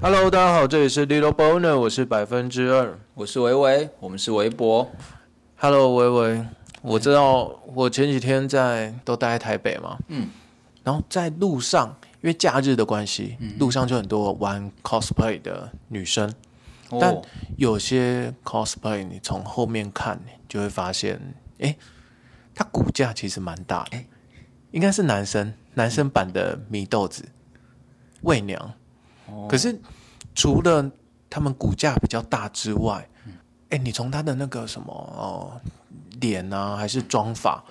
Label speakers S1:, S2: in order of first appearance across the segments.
S1: Hello，大家好，这里是 Little Boner，我是百分之二。
S2: 我是维维，我们是维博。
S1: Hello，维维，我知道我前几天在都待在台北嘛，
S2: 嗯，
S1: 然后在路上，因为假日的关系，路上就很多玩 cosplay 的女生，但
S2: 哦，
S1: 有些 cosplay 你从后面看，你就会发现，诶，它骨架其实蛮大的，应该是男生男生版的米豆子、媚娘。可是除了他们骨架比较大之外，诶，你从他的那个什么哦脸啊，还是妆法，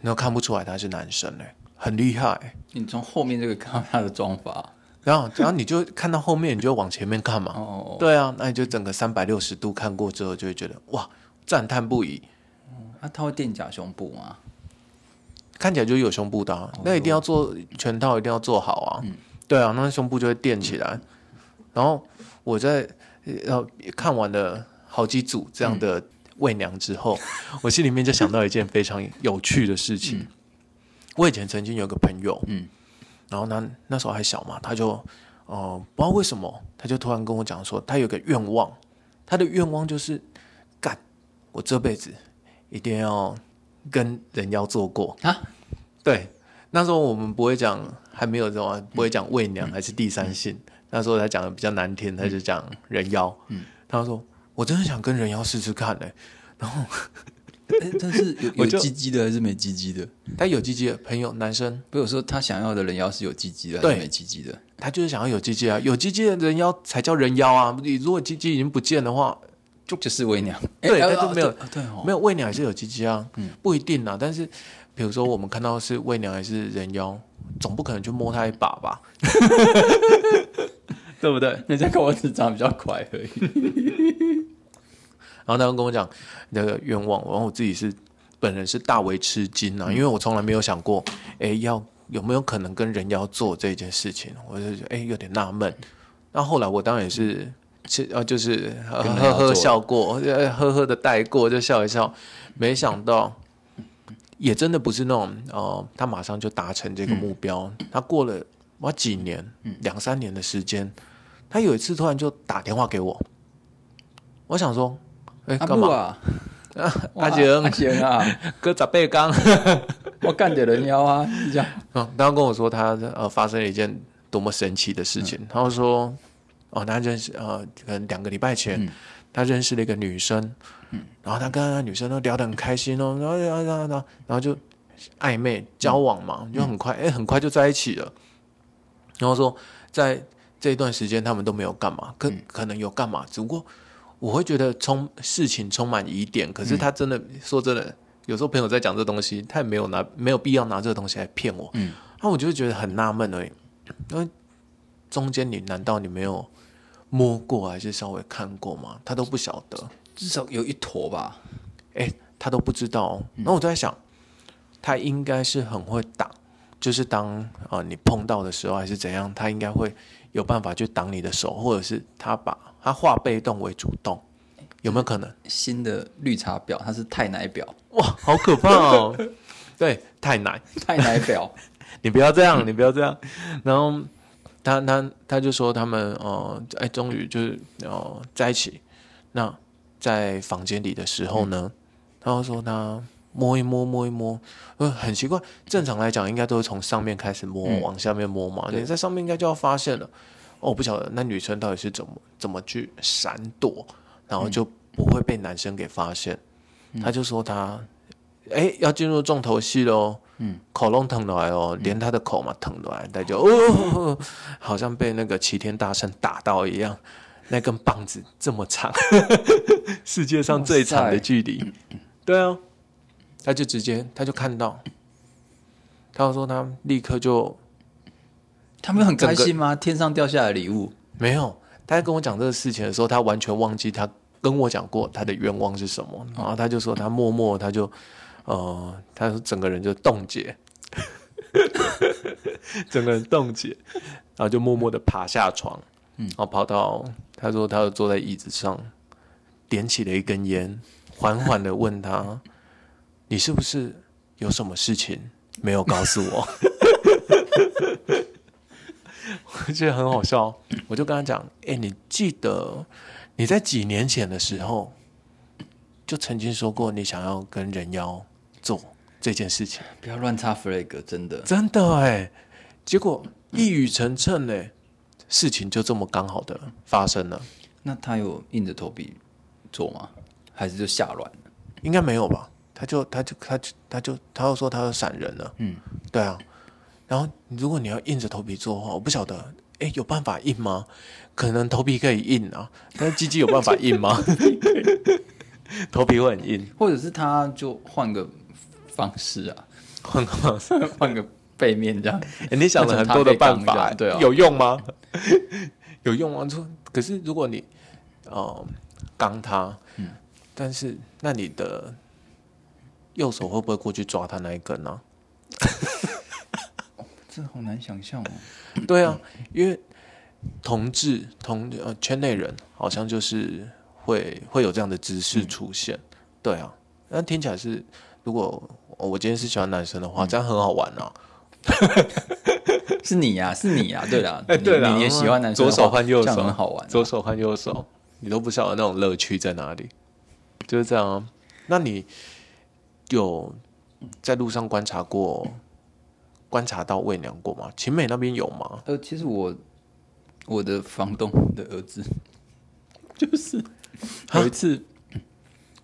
S1: 你都看不出来他是男生诶，很厉害、
S2: 你从后面这个看到他的妆法，
S1: 然后，然后你就看到后面，你就往前面看嘛。
S2: 哦，
S1: 对啊，那你就整个三百六十度看过之后，就会觉得哇，赞叹不已。
S2: 啊，他会垫假胸部 吗？
S1: 看起来就有胸部的、啊，那一定要做全套，一定要做好啊。对啊，那胸部就会垫起来。然后我在呃看完了好几组这样的媚娘之后， 我心里面就想到一件非常有趣的事情。我以前曾经有个朋友，
S2: 嗯
S1: 然后那那时候还小嘛，他就呃不知道为什么，他就突然跟我讲说，他有个愿望，他的愿望就是干，我这辈子一定要跟人妖做过
S2: 啊。
S1: 对，那时候我们不会讲，还没有这种不会讲媚娘还是第三性，那时候他讲的比较难听，他就讲人妖。嗯，他说我真的想跟人妖试试看嘞、欸
S2: 哎但是有
S1: 我
S2: 有
S1: 就
S2: 鸡鸡的还是没鸡鸡的？
S1: 他有鸡鸡的朋友男生，
S2: 不是我说他想要的人妖是有鸡鸡的还
S1: 对
S2: 是没鸡鸡的？
S1: 他就是想要有鸡鸡啊，有鸡鸡的人妖才叫人妖啊。你如果鸡鸡已经不见的话，
S2: 就就是伪娘，
S1: 对
S2: 哎
S1: 他就没有
S2: 啊对啊对哦，
S1: 没有喂鸟也是有鸡鸡啊，不一定啊。但是比如说我们看到是喂鸟还是人妖，总不可能去摸它一把吧？
S2: 对不对？人家跟我只长比较快而已。
S1: 然后他们跟我讲那个愿望，然后我自己是本人是大为吃惊啊，因为我从来没有想过，哎，要有没有可能跟人妖做这件事情，我就觉得哎有点纳闷。那后来我当然也是。吃呃，就是呵
S2: 跟人妖
S1: 呵
S2: 做
S1: 呵
S2: 了
S1: 笑过，呃呵呵的带过，就笑一笑。没想到，也真的不是那种呃，他马上就达成
S2: 嗯
S1: 这个目标。他过了哇几年，两三年的时间，他有一次突然就打电话给我，我想说，哎、
S2: 阿
S1: 干
S2: 布
S1: 嘛？
S2: 啊，哇
S1: 阿杰
S2: 阿杰 啊，
S1: 哥咋被刚？
S2: 我干点人妖啊，是这样。
S1: 嗯，他跟我说他呃发生了一件多么神奇的事情。他就说，哦，他认识呃，可能两个礼拜前、他认识了一个女生，然后他跟那女生都聊得很开心哦，然后然后然后然后然后就暧昧交往嘛，就很快哎、很快就在一起了。然后说在这一段时间他们都没有干嘛，可、可能有干嘛，只不过我会觉得充事情充满疑点。可是他真的、说真的，有时候朋友在讲这东西，他也没有拿没有必要拿这个东西来骗我。
S2: 嗯，
S1: 那啊我就会觉得很纳闷而已。因为中间你难道你没有摸过还是稍微看过吗？他都不晓得。
S2: 至少有一坨吧。
S1: 哎、他都不知道、哦。然后我就在想，他应该是很会挡，就是当啊、呃你碰到的时候还是怎样，他应该会有办法去挡你的手，或者是他把他化被动为主动，有没有可能？
S2: 新的绿茶婊，它是太奶婊，
S1: 哇，好可怕哦！ 对，太难，
S2: 太奶 婊。
S1: 你不要这样， 你不要这样。然后他他他就说他们呃，哎，终于就是呃在一起。那在房间里的时候呢，他就说他摸一摸摸一摸，呃，很奇怪。正常来讲应该都是从上面开始摸，往下面摸嘛。你在上面应该就要发现了。哦，我不晓得那女生到底是怎么怎么去闪躲，然后就不会被男生给发现。他就说他哎要进入重头戏喽。口弄疼来哦，连他的口嘛疼来，他就哦， 好像被那个齐天大圣打到一样，那根棒子这么长， 世界上最长的距离，对啊，他就直接他就看到，他就说他立刻就
S2: 他们很开
S1: 整个
S2: 心吗？天上掉下来的礼物，
S1: 没有，他在跟我讲这个事情的时候，他完全忘记他跟我讲过他的愿望是什么，然后他就说他默默他就呃，他整个人就冻结， 整个人冻结，然后就默默的爬下床，嗯，然后跑到他说他就坐在椅子上，点起了一根烟，缓缓的问他，你是不是有什么事情没有告诉我？ 我觉得很好笑。我就跟他讲，哎、你记得你在几年前的时候，就曾经说过你想要跟人妖做这件事情，
S2: 不要乱插 flag，真的。
S1: 真的哎、结果一语成谶哎、事情就这么刚好的发生了，
S2: 那他有硬着头皮做吗？还是就吓软了？
S1: 应该没有吧？他就他就他就他就他又说他要闪人了，
S2: 嗯，
S1: 对啊。然后如果你要硬着头皮做的话，我不晓得，哎，有办法硬吗？可能头皮可以硬啊，但是鸡鸡有办法硬吗？ 头皮会很 硬，
S2: 或者是他就换个方式啊，
S1: 换个方式。
S2: 换个背面这样。
S1: 诶你想了很多的办
S2: 那种
S1: 法，
S2: 咖啡缸这样对啊
S1: 有用吗？啊有用吗？就可是如果你哦刚他，但是那你的右手会不会过去抓他那一根呢、啊
S2: 这好难想象哦。
S1: 对啊，因为同志同呃圈内人好像就是会会有这样的姿
S2: 嗯
S1: 势出现，对啊，那听起来是如果哦我今天是喜欢男生的
S2: 嗯
S1: 话，这样很好玩啊。
S2: 是你呀、啊是你呀、对啦，
S1: 哎，
S2: 你
S1: 对了，
S2: 你也喜欢男
S1: 左
S2: 生的话，
S1: 手换右
S2: 这
S1: 手，
S2: 样很好玩啊、
S1: 左手换右手，你都不晓得那种乐趣在哪里，就是这样啊。那你有在路上观察过，观察到喂娘过吗？秦美那边有吗？
S2: 呃，其实我我的房东的儿子，就是有一次，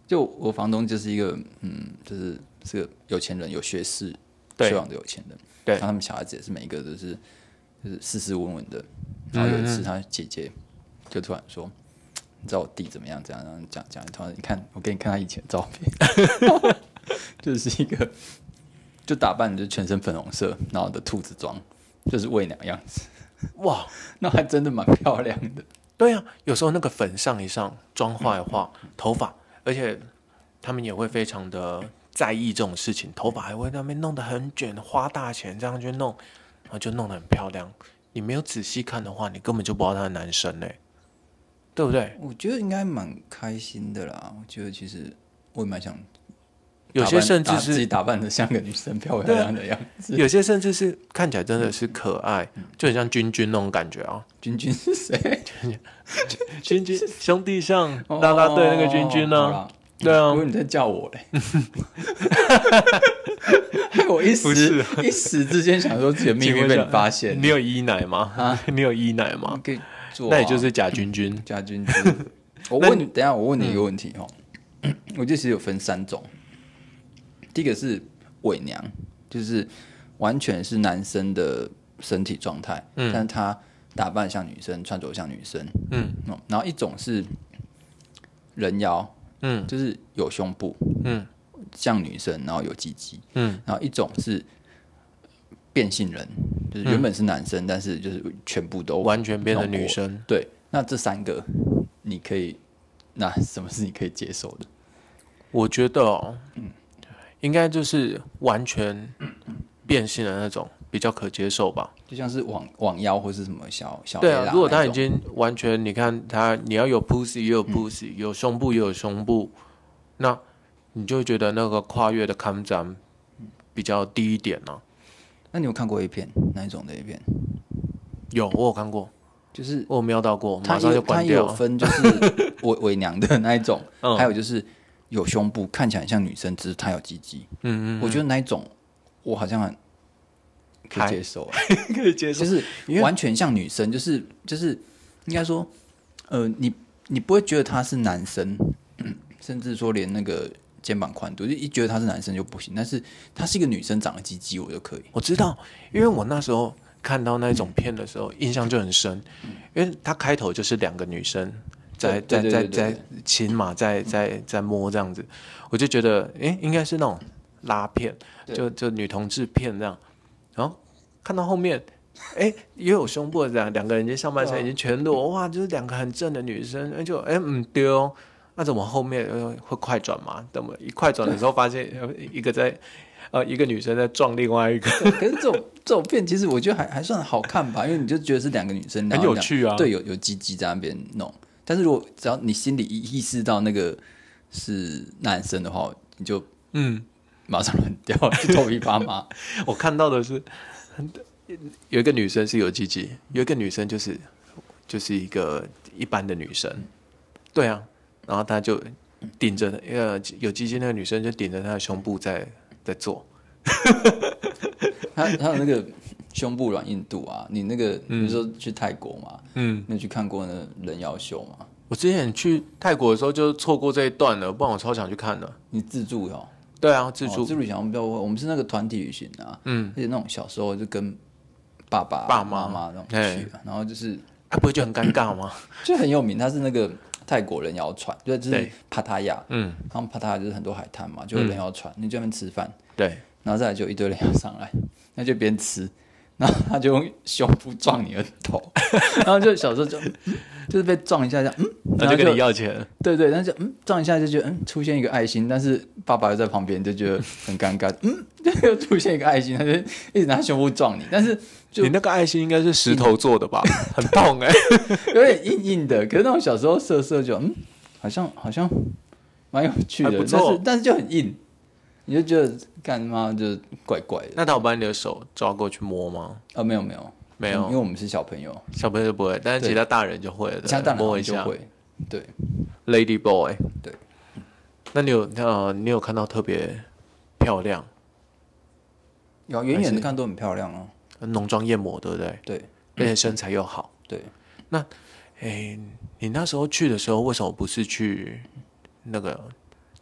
S2: 就我房东就是一个嗯，就是是个有钱人，有学识，
S1: 对
S2: 修养的有钱人。
S1: 对
S2: 然后他们小孩子也是每一个都是就是斯斯文文的。然后有一次，他姐姐就突然说：“你知道我弟怎么样？怎样？”然后讲讲，突然你看，我给你看他以前的照片， 就是一个就打扮就全身粉红色，然后的兔子装，就是喂鸟样子。
S1: 哇，
S2: 那还真的蛮漂亮的。
S1: 对啊，有时候那个粉上一上，妆化一化，头发，而且他们也会非常的在意这种事情，头发还会在那边弄得很卷，花大钱这样去弄，然后就弄得很漂亮。你没有仔细看的话，你根本就不知道他是男生嘞、欸对不对？
S2: 我觉得应该蛮开心的啦。我觉得其实我也蛮想打
S1: 有
S2: 扮，
S1: 些甚
S2: 打
S1: 至
S2: 自己
S1: 是，啊
S2: 打扮的像个女生漂漂亮亮的样子。
S1: 有些甚至是看起来真的是可爱，
S2: 嗯
S1: 就很像君君那种感觉 啊。
S2: 君君是谁？
S1: 君君兄弟像啦啦 队那个君君呢、
S2: 哦哦好啦
S1: 对啊
S2: 我以为你在叫我嘞， 害我一
S1: 不
S2: 时
S1: 是
S2: 一时之间想说自己的秘
S1: 请
S2: 密
S1: 问
S2: 被
S1: 一下
S2: 你发现，
S1: 你有一奶吗？ 你有一奶吗？
S2: 可以做啊，
S1: 那也就是假君君。
S2: 加君 君。我问，等一下我问
S1: 嗯
S2: 你一个问题哦，我觉得其实有分三种，第一个是伪娘，就是完全是男生的身体状态，但是他打扮像女生，穿着像女生，
S1: 嗯
S2: 嗯，然后一种是人妖，
S1: 嗯
S2: 就是有胸部，
S1: 嗯
S2: 像女生，然后有鸡鸡，
S1: 嗯，
S2: 然后一种是变性人，就是
S1: 嗯
S2: 原本是男生，但是就是全部都
S1: 完全变成
S2: 弄过
S1: 女生。
S2: 对，那这三个你可以，那什么是你可以接受的？
S1: 我觉得哦，应该就是完全变性的那种比较可接受吧。
S2: 就像是网网妖或是什么小小
S1: 对
S2: A
S1: 啊
S2: 啦，
S1: 如果他
S2: 那
S1: 已
S2: 种
S1: 经完全，你看他，你要有 pussy 也有 pussy，、有胸部也有胸部，那你就会觉得那个跨越的坎展比较低一点呢、啊。
S2: 那你有看过 A 片哪一种的 A 片？
S1: 有，我有看过，
S2: 就是
S1: 我有瞄到过，
S2: 它
S1: 马上
S2: 有
S1: 就
S2: 它
S1: 关
S2: 有
S1: 掉。
S2: 分就是 伪伪娘的那一种，
S1: 嗯
S2: 还有就是有胸部看起来很像女生，只是她有鸡鸡。
S1: 嗯嗯，
S2: 我觉得那一种我好像很可以接受、啊，
S1: 可以接
S2: 就
S1: 受。
S2: 是
S1: 因为
S2: 完全像女生，就是就是应该说，呃，你你不会觉得他是男生， 甚至说连那个肩膀宽度，就一觉得他是男生就不行。但是他是一个女生长了鸡鸡，我就可以。
S1: 我知道，因为我那时候看到那种片的时候，印象就很深，因为它开头就是两个女生在
S2: 对
S1: 在
S2: 对
S1: 在
S2: 对对
S1: 在亲嘛，在在在摸这样子，我就觉得，诶、应该是那种拉片，
S2: 对
S1: 就就女同志片这样，然后看到后面。诶，也有胸部的这样，两个人就上半身已经全 裸，哇，就是两个很正的女生，那就诶，嗯丢、那怎么后面呃会快转嘛？怎么一快转的时候发现呃一个在呃一个女生在撞另外一个，
S2: 对可是这种这种片，其实我觉得还还算好看吧，因为你就觉得是两个女生，然后
S1: 很有
S2: 两
S1: 趣啊
S2: 对，有有鸡鸡在那边弄。但是如果只要你心里意意识到那个是男生的话，你就
S1: 嗯，
S2: 马上软掉，就头皮发麻。
S1: 我看到的是有一个女生是有鸡鸡，有一个女生就是就是一个一般的女生，对啊，然后她就顶着呃有鸡鸡那个女生就顶着她的胸部在在做，
S2: 他他的那个胸部软硬度啊，你那个你说去泰国嘛，
S1: 嗯，
S2: 你有去看过那人妖秀吗？
S1: 我之前去泰国的时候就错过这一段了，不然我超想去看的。
S2: 你自助哦，
S1: 对啊，自助、
S2: 哦自助旅行我们比较，我们是那个团体旅行啊，嗯，而且那种小时候就跟爸爸、
S1: 爸妈
S2: 妈妈那种
S1: 嘿
S2: 去啊，然后就是
S1: 啊，不会就很尴尬吗？
S2: 就很有名，它是那个泰国人妖船，对，就是
S1: 对
S2: 帕塔亚，
S1: 嗯，
S2: 他们帕塔亚就是很多海滩嘛，就有人妖船，你专门吃饭，
S1: 对，
S2: 然后再来就一堆人要上来， 那就边吃，然后他就用胸部撞你的头， 然后就小时候就就是被撞一下这样，嗯，然
S1: 那
S2: 后
S1: 就跟你要钱。
S2: 对对，但是嗯撞一下就觉得嗯出现一个爱心，但是爸爸又在旁边就觉得很尴尬，嗯 又出现一个爱心，他就一直拿胸部撞你，但是就
S1: 你那个爱心应该是石头做的 吧？很痛哎、
S2: 有点硬硬的，可是那种小时候色色就嗯好像好像蛮有趣
S1: 还
S2: 的
S1: 不，错
S2: 但是但是就很硬，你就觉得干妈就是怪怪的
S1: 那他有把你的手抓过去摸吗？
S2: 啊、没有没有
S1: 没有
S2: 因为我们是小朋友。
S1: 小朋友就不会，但是其他大人就会了。
S2: 加大
S1: 摸
S2: 人
S1: 一
S2: 就
S1: 下
S2: 会，对，
S1: Lady Boy。
S2: 对，
S1: 那你有呃，你有看到特别漂亮
S2: 有啊远
S1: 还
S2: 远
S1: 是
S2: 的看都很漂亮哦，
S1: 浓妆艳抹，对不对？
S2: 对
S1: 而且身材又好。
S2: 对，
S1: 哎、你那时候去的时候，为什么不是去那个？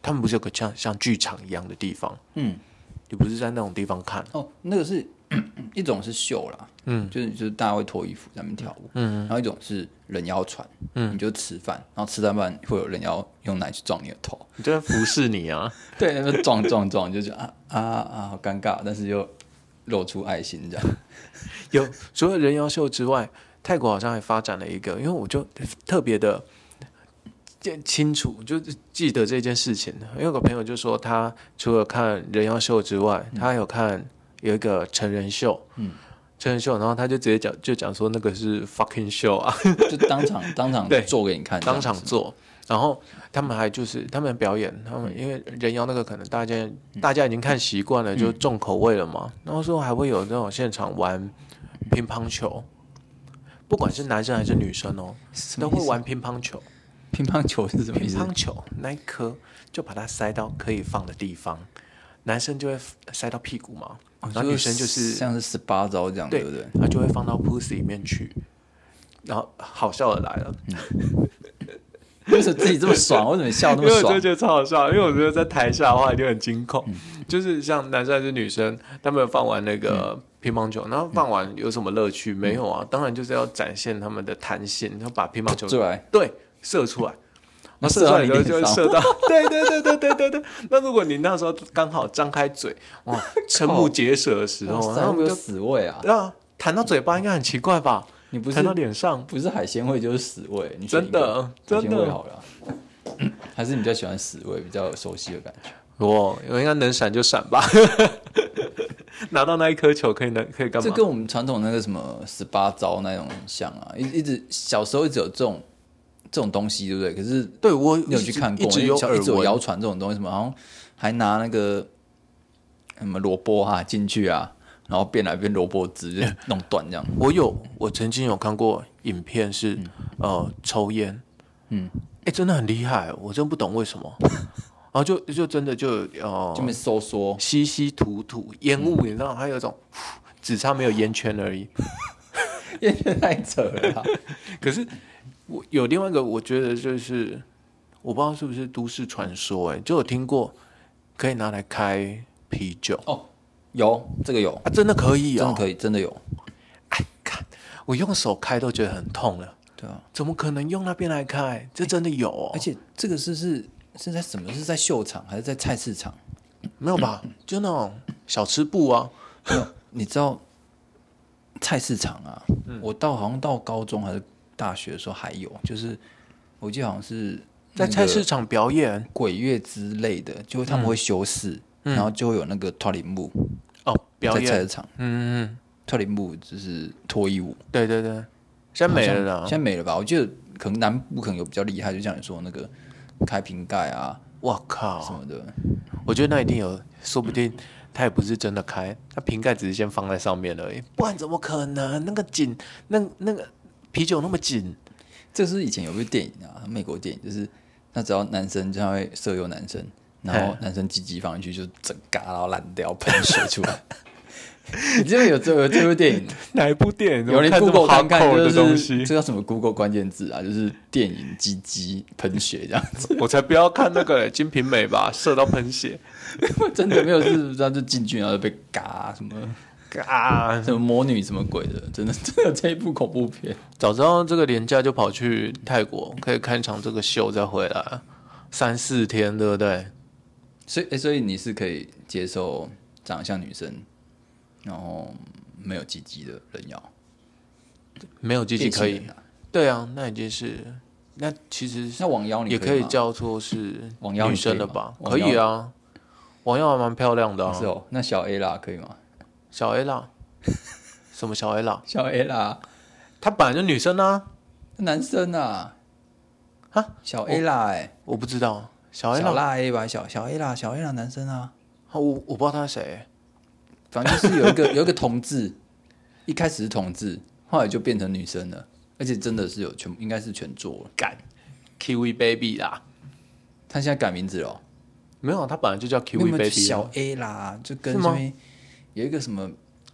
S1: 他们不是有个像像剧场一样的地方？
S2: 嗯，
S1: 你不是在那种地方看？
S2: 哦，那个是 一种是秀啦，嗯，就是就是大家会脱衣服在那边跳舞，嗯，然后一种是人妖船，嗯，你就吃饭，然后吃到一半会有人妖用奶去撞你的头，
S1: 你就在服侍你啊！
S2: 对，那边撞撞撞，就觉得啊啊啊好尴尬，但是又露出爱心这样，
S1: 有除了人妖秀之外，泰国好像还发展了一个，因为我就特别的记清楚，就是记得这件事情。因为有个朋友就说，他除了看人妖秀之外，他还有看有一个成人秀，
S2: 嗯，
S1: 成人秀，然后他就直接讲，就讲说那个是 fucking show 啊，
S2: 就当场当场
S1: 对
S2: 做给你看这
S1: 当
S2: 样子，
S1: 场做。然后他们还就是他们表演，他
S2: 嗯
S1: 们因为人妖那个可能大家大家已经看习惯了，就
S2: 嗯
S1: 重口味了嘛。然后说还会有那种现场玩乒乓球，不管是男生还是女生哦，
S2: 什么
S1: 都
S2: 意思
S1: 会玩乒乓球。
S2: 乒乓球是什么
S1: 乒
S2: 意思？哦
S1: 乓球那一颗就把它塞到可以放的地方，男生就会塞到屁股嘛，
S2: 哦
S1: 然后女生就是
S2: 像是十八招这样，对
S1: 对
S2: 不对？
S1: 他就会放到 pussy 里面去。然后好笑的来了，
S2: 为什么自己这么爽？为什么笑那
S1: 因
S2: 么
S1: 为我
S2: 爽嗯
S1: 真的？觉得超好笑，因为我觉得在台下的话一定很惊恐，就是像男生还是女生，他们放完那
S2: 嗯
S1: 个乒乓球，然后放完有什么乐趣没有啊？当然就是要展现他们的弹性，然后把乒乓球
S2: 哦出来，
S1: 对射出来，那
S2: 那射
S1: 射
S2: 到
S1: 到
S2: 你
S1: 你
S2: 脸
S1: 就就
S2: 上
S1: 射到， 对对对对对对对。那如果你那时候刚好张开嘴， 哇，瞠目结舌的时
S2: 然后
S1: 候，
S2: 塞
S1: 然后我
S2: 那么
S1: 们就
S2: 有死味啊！
S1: 啊，弹到嘴巴应该很奇怪吧？
S2: 你不是
S1: 弹到脸上，
S2: 不是海鲜味就是屎味，你选一
S1: 真
S2: 个
S1: 的
S2: 海
S1: 真
S2: 鲜味
S1: 的，
S2: 好了啊。 还是你比较喜欢屎味，比较有熟悉的感觉。
S1: 我我应该能闪就闪吧。 拿到那一颗球可以能可以干
S2: 这
S1: 嘛？
S2: 跟我们传统那个什么十八招那种很像啊，一一直小时候一直有这种这种东西，对不对？可是
S1: 对我
S2: 你有去看过？
S1: 一直
S2: 因
S1: 有
S2: 为小
S1: 耳
S2: 一直有
S1: 闻
S2: 谣传这种东西，什么好像还拿那个什么萝卜啊进去啊，然后变来变萝卜汁， 就弄断这样。
S1: 我有，我曾经有看过影片是，呃，抽烟，
S2: 嗯，
S1: 哎、真的很厉害，我真不懂为什么， 然后就就真的就呃
S2: 就，没收缩，
S1: 稀稀吐吐烟雾，你知道，还有一种 呼只差没有烟圈而已。
S2: 因为太扯了啦。
S1: 可是我有另外一个，我觉得就是我不知道是不是都市传说、哎，就有听过可以拿来开啤酒
S2: 有这个有，
S1: 啊，真的可以
S2: 真的
S1: 哦，
S2: 可以，真的有。
S1: 我用手开都觉得很痛了，
S2: 对啊，
S1: 怎么可能用那边来开？这真的有、哦
S2: 而且这个是是是在什么？是在秀场还是在菜市场？
S1: 没有 吧？就那种小吃部啊，
S2: 没有你知道菜市场啊？
S1: 嗯
S2: 我到好像到高中还是大学的时候还有，就是我记得好像是
S1: 在
S2: 那
S1: 菜
S2: 个
S1: 市场表演
S2: 鬼月之类的，就他们会修饰，然后就会有那个脱林木
S1: 哦，嗯表
S2: 在菜
S1: 演，
S2: 市场，
S1: 嗯嗯，
S2: 脱林木就是脱衣舞。
S1: 嗯对对对，现在没了
S2: 好像
S1: 啦，
S2: 现在没了吧？我记得可能南部可能有比较厉害，就像你说那个开瓶盖啊
S1: 我
S2: 什
S1: 靠，
S2: 么的，
S1: 我觉得那一定有，说不定它也不是真的开，它瓶盖只是先放在上面而已，不然怎么可能？那个紧，那那个啤酒那么紧，
S2: 这是以前有部电影啊，美国电影，就是他只要男生就他会色诱男生，然后
S1: 嘿
S2: 男生鸡鸡放进去就整嘎，然后烂掉，喷水出 来。你记得有这个这部电影？
S1: 哪一部电影？
S2: 有人
S1: 看这
S2: Google
S1: 么
S2: 看
S1: hardcore
S2: 看，
S1: 的
S2: 就
S1: 东
S2: 是
S1: 西，
S2: 这叫什么 Google 关键字啊？就是电影鸡鸡喷血这样子，
S1: 我才不要看那个、欸金瓶梅》吧，射到喷血，
S2: 真的没有是这样就进去然后就被嘎什么
S1: 啊！
S2: 什么魔女什么鬼的，真的真的有这一部恐怖片。
S1: 早知道这个廉假就跑去泰国，可以看一场这个秀再回来，三四天，对不对？
S2: 所以、诶所以你是可以接受长得像女生，然后没有鸡鸡的人妖，
S1: 没有
S2: 鸡
S1: 积极可以，
S2: 啊。
S1: 对啊，那已经是，那其实
S2: 那王哦妖你
S1: 也可以
S2: 吗
S1: 叫做是
S2: 王妖你
S1: 女生
S2: 可以
S1: 的
S2: 吗
S1: 吧？
S2: 王
S1: 可以
S2: 妖
S1: 啊，王耀还蛮漂亮的啊
S2: 是，哦，那小 A 啦可以吗？
S1: 小 A 啦，什么小 A 啦？
S2: 小 A 啦，
S1: 她本来就女生啊，
S2: 男生啊，
S1: 啊，
S2: 小 A 啦、欸，
S1: 我不知道哦小 A
S2: 小
S1: 啦，
S2: 辣 A 吧，小小 A 啦，小 A 啦，男生啊，
S1: 我我不知道她是谁，
S2: 反正就是有一 个有一个同志，一开始是同志，后来就变成女生了，而且真的是有全应该是全做了，
S1: 改 Kiwi Baby 啦，
S2: 他现在改名字了哦，
S1: 没有啊，她本来就叫
S2: 没
S1: Kiwi
S2: 有没有
S1: Baby 啊。
S2: 小 A 啦，就跟
S1: 是
S2: 什
S1: 吗
S2: 么有一个什么，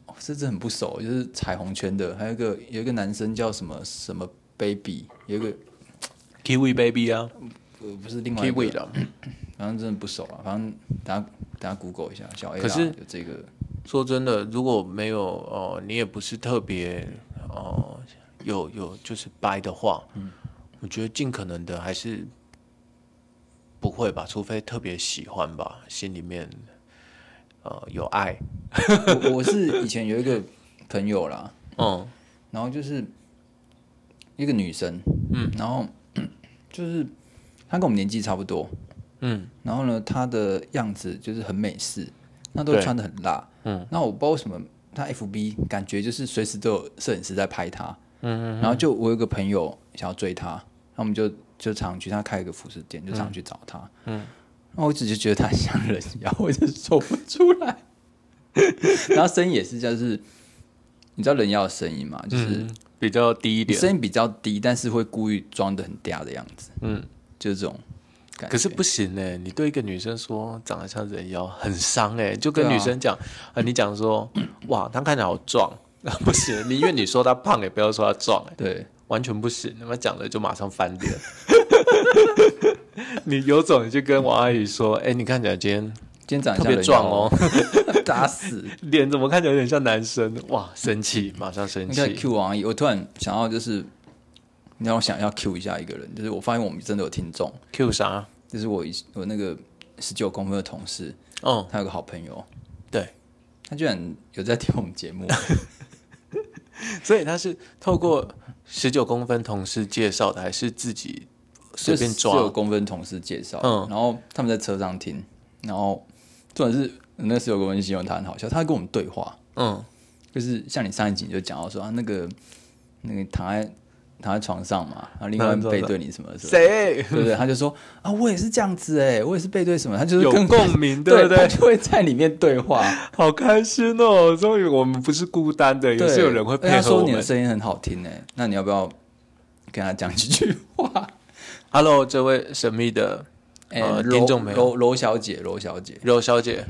S2: 哦、这真的很不熟，就是彩虹圈的，还有一个有一个男生叫什么什么 baby，有一个
S1: Kiwi Baby 啊
S2: 呃不是另外一个
S1: ，Kiwi 的，
S2: 反正真的不熟啊，反正等下等下 Google 一下小 A 啦，
S1: 可是
S2: 有这个
S1: 说真的，如果没有哦、呃你也不是特别哦、呃有有就是掰的话，我觉得尽可能的还是不会吧，除非特别喜欢吧，心里面呃有爱，
S2: 我我是以前有一个朋友啦，
S1: 嗯
S2: 然后就是一个女生，嗯，然后 就是她跟我们年纪差不多，
S1: 嗯，
S2: 然后呢，她的样子就是很美式，那都
S1: 对
S2: 穿的很辣，嗯，那我不知道为什么她 FB 感觉就是随时都有摄影师在拍她，嗯然后就我有个朋友想要追她，那我们就就常去她开一个服饰店，就常去找她，嗯，然后我一直就觉得她像人 妖，我就说不出来，然后声音也是就是。你知道人妖的声音吗？就是
S1: 嗯，比较低一点，
S2: 声音比较低，但是会故意装的很嗲的样子，
S1: 嗯，
S2: 就是这种感觉。
S1: 可是不行呢、欸你对一个女生说长得像人妖很伤哎、就
S2: 对
S1: 跟
S2: 啊
S1: 女生讲，啊、你讲说哇，她看起来好壮， 不行，宁愿你说她胖，也不要说她壮哎、
S2: 对，
S1: 完全不行，他妈讲了就马上翻脸。 你有种你就跟王阿姨说，哎、你看起来今天
S2: 今天长
S1: 特
S2: 得像
S1: 别
S2: 人
S1: 壮哦，，
S2: 打死！
S1: 脸怎么看起来有点像男生？哇，生气，马上生
S2: 你看
S1: 气。
S2: Q 王阿姨，我突然想到就是，你让我想要 Q 一下一个人，就是我发现我们真的有听众，
S1: Q 啥？
S2: 就是我以我那个十九公分的同事，
S1: 哦，
S2: 他有个好朋友，
S1: 对，
S2: 他居然有在听我们节目，
S1: 所以他是透过十九公分同事介绍的，还是自己随便
S2: 十
S1: 抓
S2: 九？公分同事介绍，
S1: 嗯
S2: 然后他们在车上听，然后重点是那十九公分形容他很好笑，他还跟我们对话，
S1: 嗯，
S2: 就是像你上一集就讲到说啊，那个那个躺在躺在床上嘛，然后另外
S1: 躺在
S2: 背
S1: 床上
S2: 对你什 么的时候，
S1: 谁
S2: 对不对？他就说啊，我也是这样子哎，我也是背对什么，他就是
S1: 有
S2: 跟
S1: 共鸣，
S2: 对
S1: 对不对
S2: 他？就会在里面对话，
S1: 好开心哦！终于我们不是孤单的，也
S2: 对，
S1: 是有人会
S2: 他
S1: 配合
S2: 说
S1: 我
S2: 你的
S1: 们。
S2: 声音很好听哎，那你要不要跟他讲几句话？
S1: Hello，这位神秘的
S2: 哎
S1: 呃，
S2: 柔
S1: 听众朋友
S2: 柔柔小姐，柔小姐，
S1: 柔小姐，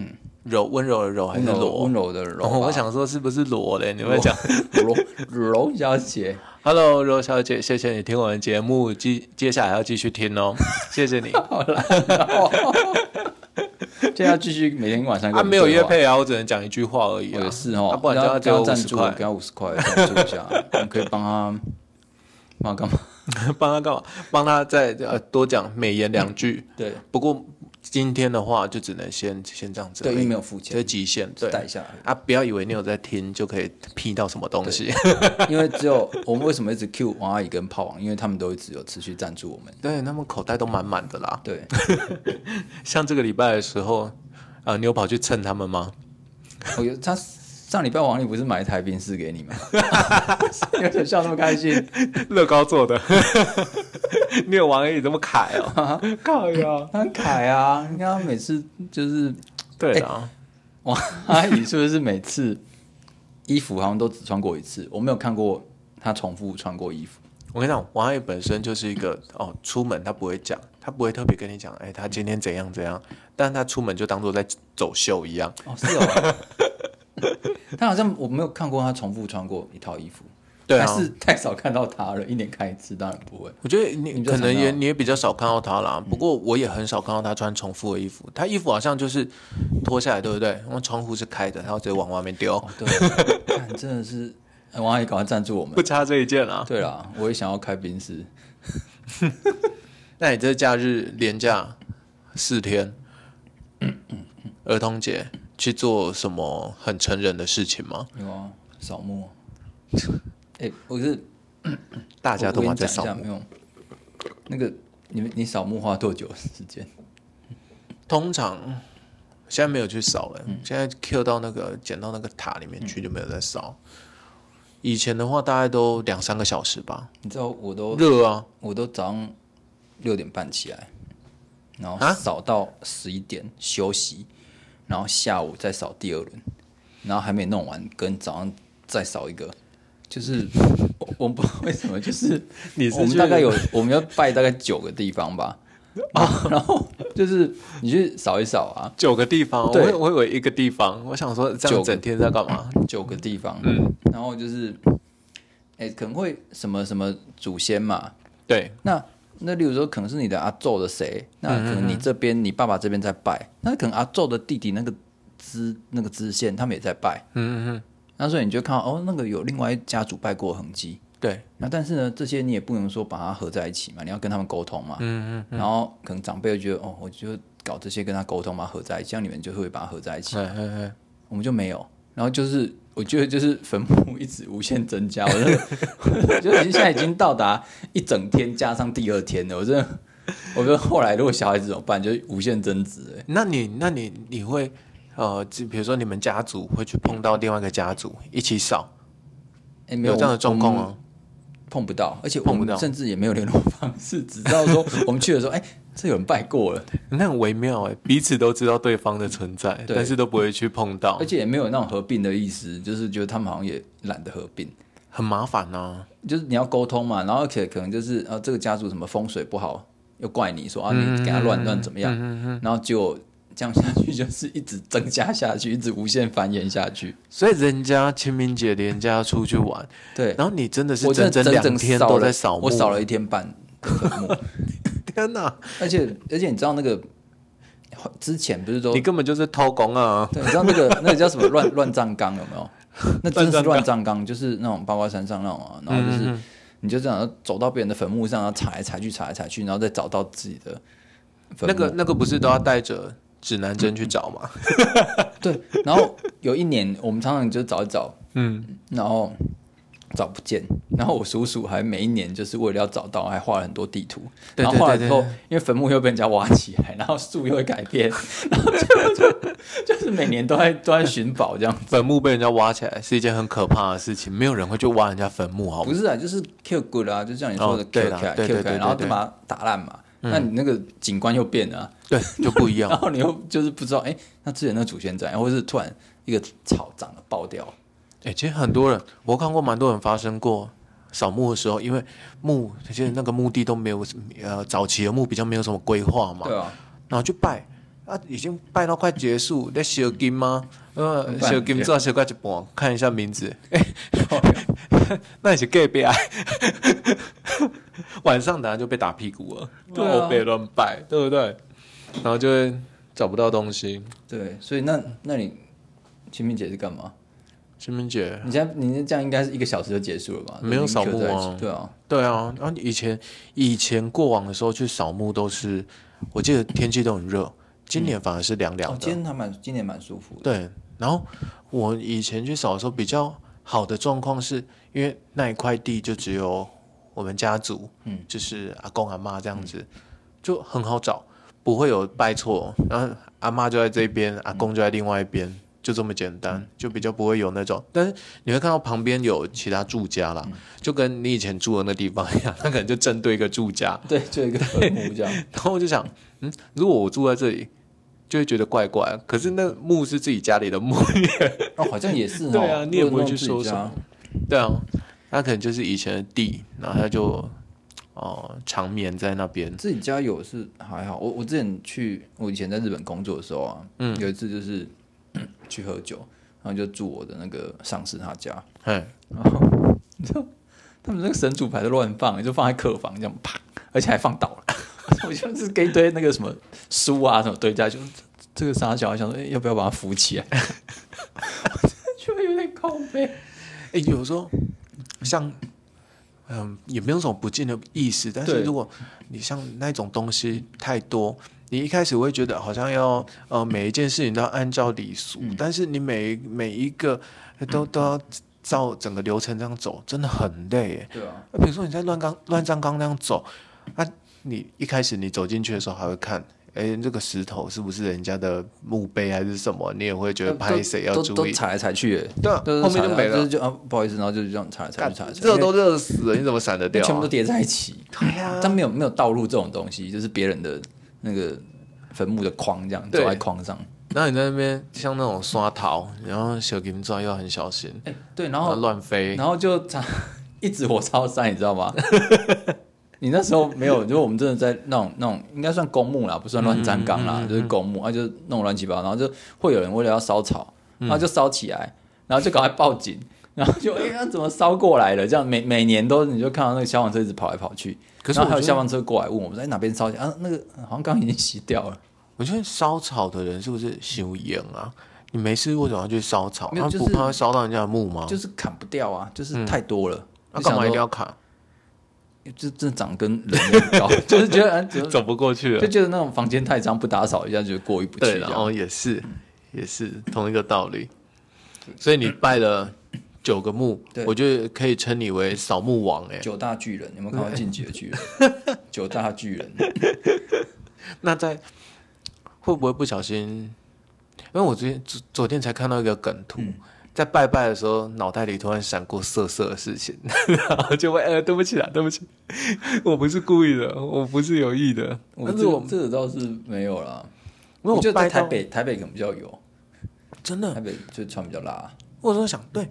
S1: 柔温柔的柔哦还
S2: 嗯温
S1: 是
S2: 柔
S1: 罗
S2: 温？柔的柔
S1: 然
S2: 吧，
S1: 后我想说是不是罗嘞？你
S2: 柔
S1: 们讲
S2: 柔柔小姐，
S1: ，Hello，柔小姐，谢谢你听我们节目，接接下来要继续听 哦，谢谢你。
S2: 这要继续每天晚上跟
S1: 啊，
S2: 我们
S1: 没有
S2: 对
S1: 约
S2: 话
S1: 配啊，我只能讲一句话而已
S2: 我
S1: 啊。
S2: 也是哦，
S1: 啊不然就
S2: 要
S1: 给我
S2: 赞
S1: 五十
S2: 助，
S1: 块
S2: 给，他五十块 赞助一下，你可以帮他帮他干嘛？
S1: 帮他干嘛？帮他再呃多讲美言两句。
S2: 对
S1: 不过今天的话就只能先先这样子而
S2: 对，
S1: 已，
S2: 因为没有付
S1: 这是
S2: 钱，
S1: 极限。对
S2: 带一下而
S1: 啊，不要以为你有在听就可以屁到什么东西。
S2: 已，因为只有我们为什么一直 Q 王阿姨跟炮王，因为他们都一直有持续赞助我们。
S1: 对，他们口袋都满满的啦。
S2: 对，
S1: 像这个礼拜的时候，啊，你有跑去蹭他们吗？
S2: 我有他上礼拜王阿姨不是买一台冰室给你吗？ 有点笑那么开心，
S1: 乐高做的，你有玩而已这么凯 哦，靠呀！
S2: 他很凯啊，你看他每次就是
S1: 对啊，
S2: 哇，阿姨是不是每次衣服好像都只穿过一次？我没有看过她重复穿过衣服。
S1: 我跟你讲，王阿姨本身就是一个哦，出门她不会讲，她不会特别跟你讲，哎，她今天怎样怎样，但她出门就当做在走秀一样。
S2: 哦，是哦。 她好像我没有看过她重复穿过一套衣服，
S1: 对啊
S2: 还，是太少看到她了。一年看一次，当然不会。
S1: 我觉得
S2: 你
S1: 你
S2: 比较
S1: 可能
S2: 常
S1: 也
S2: 看到
S1: 你也比较少看到她啦，不过我也很少看到她穿重复的衣服，她衣服好像就是脱下来，对不对？然后窗户是开的，然后直接往外面丢
S2: 哦，，对，看真的是，哎王阿姨赶快赞助我们
S1: 不。差这一件啊啦。
S2: 对啦，我也想要开宾士。
S1: 那你这假日连假四天，儿童节去做什么很成人的事情吗？
S2: 有啊，扫墓。哎、我是
S1: 大家都
S2: 我
S1: 玩
S2: 跟你
S1: 在扫
S2: 讲一下，
S1: 墓，
S2: 没有那个你们你扫墓花多久时间？
S1: 通常现在没有去扫了，现在 Q 到那个捡到那个塔里面去就没有再扫。以前的话大概都两三个小时吧，
S2: 你知道我都
S1: 热 啊，
S2: 我都早上六点半起来，然后
S1: 啊
S2: 扫到十一点休息，然后下午再扫第二轮，然后还没弄完，跟早上再扫一个。就是我我不知道为什么，就是
S1: 你是
S2: 我们
S1: 去
S2: 大概有我们要拜大概九个地 方吧，
S1: 哦
S2: 啊，然后就是你去扫一扫啊，
S1: 九个地方，我
S2: 对
S1: 以我以为一个地方，我想说这
S2: 九
S1: 样
S2: 个
S1: 整天在干嘛？
S2: 九个地方，
S1: 嗯
S2: 然后就是，哎、可能会什么什么祖先嘛，
S1: 对，
S2: 那那例如说可能是你的阿昼的谁，那可能你这边你爸爸这边在拜，那可能阿昼的弟弟那个支那个支线他们也在拜，
S1: 嗯嗯嗯，
S2: 那所以你就看到哦，那个有另外一家族拜过的痕迹，
S1: 对，
S2: 那但是呢，这些你也不能说把它合在一起嘛，你要跟他们沟通嘛。嗯嗯。然后可能长辈就觉得，哦，我就搞这些跟他沟通嘛，合在一起，这样你们就会把它合在一起。
S1: 哎哎哎，
S2: 我们就没有。然后就是，我觉得就是坟墓一直无限增加，我真的， 我觉得已经现在已经到达一整天加上第二天了。我真的，我觉得后来如果小孩子怎么办，就无限增值、欸。
S1: 那你那你你会呃，就比如说你们家族会去碰到另外一个家族一起扫，
S2: 哎、没
S1: 有这样的状况，
S2: 我们
S1: 吗？
S2: 碰不到，而且我
S1: 碰不
S2: 们
S1: 到
S2: 甚至也没有联络方式，只知道说我们去的时候，哎、这有人拜过了，
S1: 那很微妙哎、彼此都知道对方的存在，
S2: 对
S1: 但是都不会去碰到
S2: 而，且也没有那种合并的意思，就是觉得他们好像也懒得合并。
S1: 很麻烦啊呐、
S2: 就是你要沟通嘛，然后而且可能就是呃这个家族什么风水不好，又怪你说啊你给他乱乱怎么样，然后结果这样下去就是一直增加下去，一直无限繁衍下去。
S1: 所以人家清明节连家出去玩，
S2: 对，
S1: 然后你真的是
S2: 我真的
S1: 整
S2: 整
S1: 两天
S2: 扫
S1: 都
S2: 了
S1: 在扫墓，
S2: 我扫了一天半的坟墓，
S1: 天哪、
S2: 而且而且你知道那个之前不是都
S1: 你根本就是偷工啊！
S2: 对，你知道那个那个叫什么乱乱葬岗有没有？那真的是乱葬岗，就是那种八卦山上那种啊，然后就是你就这样走到别人的坟墓上，然后踩来踩去，踩来踩去，然后再找到自己的坟
S1: 那
S2: 墓。
S1: 个那个不是都要带着指南针去找吗？
S2: 对，然后有一年我们常常就找一找，
S1: 嗯，
S2: 然后找不见，然后我叔叔还每一年就是为了要找到，还画了很多地图，
S1: 对
S2: 然后画了
S1: 对对
S2: 之后，因为坟墓又被人家挖起来，然后树又会改变， 然后就就就是每年都在都在寻宝这样。
S1: 坟墓被人家挖起来是一件很可怕的事情，没有人会去挖人家坟墓，好吗？
S2: 不是啊，就是 Q good 啊，就像你说的
S1: 哦
S2: Q
S1: 对
S2: Q
S1: 啦
S2: Q
S1: 对
S2: Q，
S1: 对对
S2: 然后就
S1: 对
S2: 把它打烂嘛。那你那个景观又变了嗯啊，
S1: 对，就不一
S2: 然
S1: 样。
S2: 后你又就是不知道，哎，那之前那祖先在，或者是突然一个草长了爆掉，
S1: 哎、其实很多人，我看过蛮多人发生过扫墓的时候，因为墓其实那个墓地都没有什么呃早期的墓比较没有什么规划嘛，
S2: 对啊，
S1: 然后去拜。啊，已经拜到快结束，在烧金吗？呃，
S2: 拜
S1: 烧金做烧到一半，看一下名字，哎、 那也是隔壁啊。晚上等下就被打屁股了，
S2: 对啊
S1: 后被乱拜，对不对？然后就会找不到东西。
S2: 对，所以那那你清明节是干嘛？
S1: 清明节
S2: 你现在你这样应该是一个小时就结束了吧？
S1: 啊没有扫墓啊
S2: 都已经 Q 在一起对啊，
S1: 对啊，然后以前以前过往的时候去扫墓都是，我记得天气都很热，今年反而是凉
S2: 哦
S1: 凉的。
S2: 今天还蛮今年蛮舒服的，
S1: 对，然后我以前去扫的时候比较好的状况是，因为那一块地就只有我们家族，嗯，就是阿公阿妈这样子，就很好找，不会有拜错。然后阿妈就在这边，阿公就在另外一边，就这么简单，就比较不会有那种。但是你会看到旁边有其他住家啦，就跟你以前住的那地方一样，他可能就针 对一个住家。
S2: 对，就一个坟墓这样，
S1: 然后我就想，嗯，如果我住在这里，就会觉得怪怪。可是那墓是自己家里的墓，
S2: 哦，好像也是哦。
S1: 对啊，你也不会去
S2: 如
S1: 说
S2: 果弄自己
S1: 什
S2: 家
S1: 么。对啊，他可能就是以前的地，然后他就哦、长眠在那边。
S2: 自己家有是还好，我我之前去，我以前在日本工作的时候啊，嗯，有一次就是 去喝酒，然后就住我的那个上司他家，
S1: 嘿，
S2: 然后你知道他们那个神主牌都乱放，就放在客房这样啪，而且还放倒了， 我就是跟一堆那个什么书啊什么堆在一起，就这个傻小，想说、哎要不要把它扶起来， 就有点空杯。
S1: 哎、有时候像，嗯，也没有什么不敬的意思，但是
S2: 对
S1: 如果你像那种东西太多，你一开始会觉得好像要呃每一件事情都要按照礼俗，但是你每每一个都都要照整个流程这样走，真的很累耶。
S2: 对啊，
S1: 啊比如说你在乱缸乱葬岗那样走，啊，你一开始你走进去的时候还会看。哎，这个石头是不是人家的墓碑还是什么？你也会觉得拍谁要
S2: 呃都
S1: 注
S2: 都
S1: 意，
S2: 踩来踩去耶，
S1: 对啊
S2: 都是
S1: 后面
S2: 踩
S1: 就
S2: 来
S1: 没了
S2: 就是就啊不好意思，然后就是这样踩来踩
S1: 干
S2: 去踩来踩去，
S1: 热都热死了，你怎么闪得掉、啊？
S2: 全部都叠在一起。
S1: 对啊呀、
S2: 但没有没有道路这种东西，就是别人的那个坟墓的框这样走
S1: 对
S2: 在框上。
S1: 然后你在那边像那种刷桃，然后小金抓又很小心，
S2: 哎、对，然
S1: 然
S2: 后
S1: 后乱飞，
S2: 然后就差一直火烧山，你知道吗？ 你那时候没有，就我们真的在那种那种应该算公墓啦，不算乱葬岗
S1: 嗯
S2: 啦，就是公墓，啊，就是弄乱七八糟，然后就会有人为了要烧草，
S1: 嗯
S2: 然后就烧起来，然后就赶快报警， 然后就哎、那怎么烧过来了？这样每每年都你就看到那个消防车一直跑来跑去，
S1: 可是
S2: 然后还
S1: 我觉得
S2: 有消防车过来问我们在哪边烧起来啊，那个好像刚刚已经熄掉了。
S1: 我觉得烧草的人是不是修养啊？你没事为什么要去烧草？
S2: 没有
S1: 他
S2: 就
S1: 不
S2: 是
S1: 怕会烧到人家的墓吗？
S2: 就是砍不掉啊，
S1: 嗯
S2: 就是太多了。
S1: 那
S2: 就
S1: 干嘛
S2: 想
S1: 一定
S2: 说
S1: 要砍？
S2: 就真的长跟人一样高， 就是觉得啊，怎么
S1: 走不过去
S2: 就。觉得那种房间太脏，不打扫一下就过意不去嗯
S1: 对
S2: 这
S1: 啦，
S2: 样。
S1: 哦，也是，也是同一个道理。所以你拜了九个墓
S2: 对，
S1: 我觉得可以称你为扫墓王哎、
S2: 九大巨人，有没有看到《进击的巨人》？九大巨人，
S1: 那在会不会不小心？因为我昨天昨昨天才看到一个梗图，
S2: 嗯
S1: 在拜拜的时候，脑袋里突然闪过色色的事情， 然后就会呃，对不起啊，对不起， 我不是故意的，我不是有意的。
S2: 我
S1: 但
S2: 这
S1: 是我
S2: 个这个倒是没有啦。
S1: 因为我
S2: 觉得在
S1: 拜
S2: 台
S1: 到
S2: 北，台北可能比较有，
S1: 真的
S2: 台北就穿比较辣。
S1: 我说想对，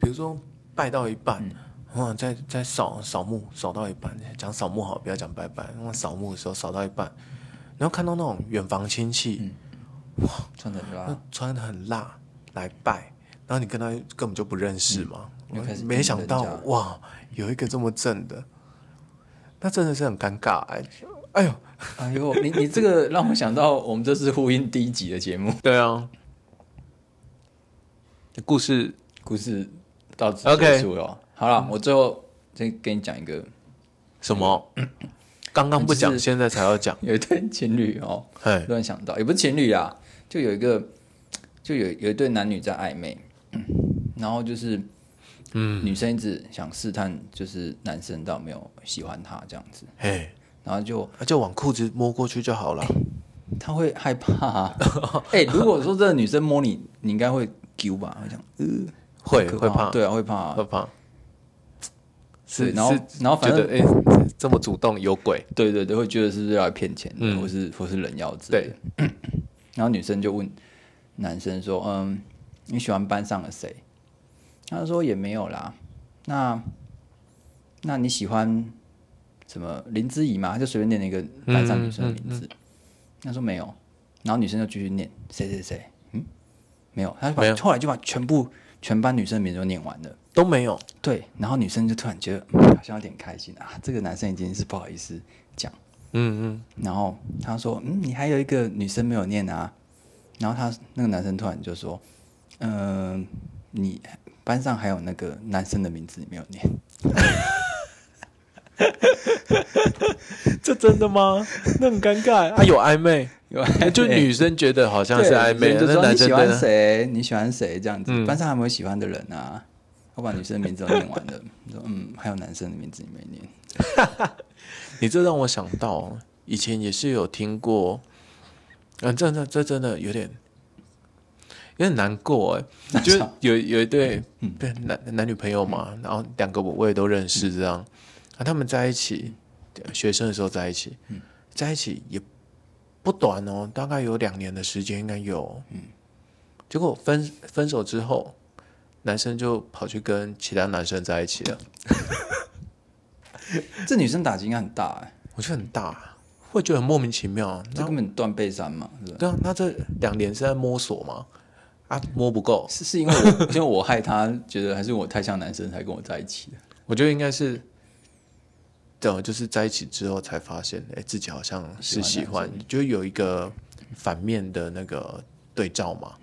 S1: 比如说拜到一半，
S2: 嗯
S1: 哇，在在扫扫墓，扫到一半，讲扫墓好，不要讲拜拜。我扫墓的时候扫到一半，然后看到那种远房亲戚，
S2: 穿的
S1: 那
S2: 辣，
S1: 穿的很辣来拜，然后你跟他根本就不认识嘛，
S2: 嗯就开始
S1: 没想到
S2: 盯人家
S1: 哇，有一个这么正的，那真的是很尴尬哎、哎呦，
S2: 哎呦，你你这个让我想到我们这是呼应第一集的节目，
S1: 对啊，故事
S2: 故事到此
S1: OK 嗯
S2: 结束了哦。好了，我最后再给你讲一个，
S1: 什么？刚刚不讲，
S2: 嗯就是
S1: 现在才要讲，
S2: 有一对情侣哦，
S1: 哎，
S2: 乱想到，也不是情侣啊，就有一个，就有有一对男女在暧昧，然后就是，嗯，女生一直想试探，就是男生到底有没有喜欢她这样子，
S1: 嘿。
S2: 然后就
S1: 啊就往裤子摸过去就好了。
S2: 哎他会害怕、啊，哎、如果说这个女生摸你，你应该会揪吧，会想
S1: 会
S2: 可
S1: 会怕，
S2: 对啊，会怕啊、
S1: 会怕。
S2: 对
S1: 是，
S2: 然后
S1: 是
S2: 然后反
S1: 觉
S2: 正
S1: 得哎、这么主动有鬼，
S2: 对对对，会觉得是不是要来骗钱的，
S1: 嗯
S2: 或是或是人妖之类的。然后女生就问男生说：“嗯，你喜欢班上的谁？”他说：“也没有啦。那”那你喜欢什么林之怡吗？他就随便念了一个班上女生的名
S1: 嗯
S2: 字。他说没有，然后女生就继续念谁谁谁，嗯，没有。他就
S1: 没
S2: 把
S1: 有
S2: 后来就把全部全班女生的名字都念完了。
S1: 都没 有。
S2: 对，然后女生就突然觉得、嗯好像有点开心啊，这个男生已经是不好意思讲。
S1: 嗯
S2: 然后他说：“嗯，你还有一个女生没有念啊。”然后他那个男生突然就说：“嗯、你班上还有那个男生的名字你没有念
S1: 嗯，这真的吗？那很尴 尬啊，有暧昧，？”
S2: 有
S1: 哎就女生觉得好像是暧昧，啊
S2: 就
S1: 那
S2: 说
S1: 男
S2: 你
S1: 生
S2: 喜欢
S1: 的呢
S2: 谁？你喜欢谁？这样子，
S1: 嗯
S2: 班上还有没有喜欢的人啊？我把女生的名字都念完了。说嗯，还有男生的名字你没念。
S1: 你这让我想到以前也是有听过，嗯、这这这真的有点有点难过哎、 就是有有一对对男男女朋友嘛，然后两个我我也都认识这样，啊，他们在一起，学生的时候在一起，在一起也不短哦，大概有两年的时间，应该有。嗯，结果分分手之后，男生就跑去跟其他男生在一起了，
S2: 这女生打击应该很大哎、
S1: 我觉得很大，会觉得很莫名其妙。
S2: 这
S1: 那
S2: 根本断背山嘛，是吧？
S1: 对啊，那这两年是在摸索嘛？啊，摸不够，
S2: 是是因 为我因为我害她觉得还是我太像男生才跟我在一起的，
S1: 我觉得应该是，对，就是在一起之后才发现，哎、自己好像是喜欢，就有一个反面的那个对照嘛。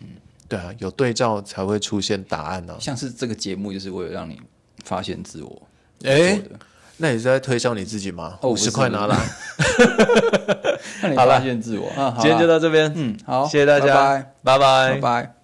S1: 对啊，有对照才会出现答案呢、啊。
S2: 像是这个节目就是为了让你发现自我。
S1: 哎、
S2: 做的
S1: 那你是在推销你自己吗？
S2: 哦
S1: 五
S2: 我不
S1: 十
S2: 是
S1: 块拿来，
S2: 让你
S1: 好了
S2: 发现自我啊！好啦
S1: 今天就到这边，
S2: 嗯，好，
S1: 谢谢大
S2: 拜
S1: 家，拜拜
S2: 拜，拜。拜。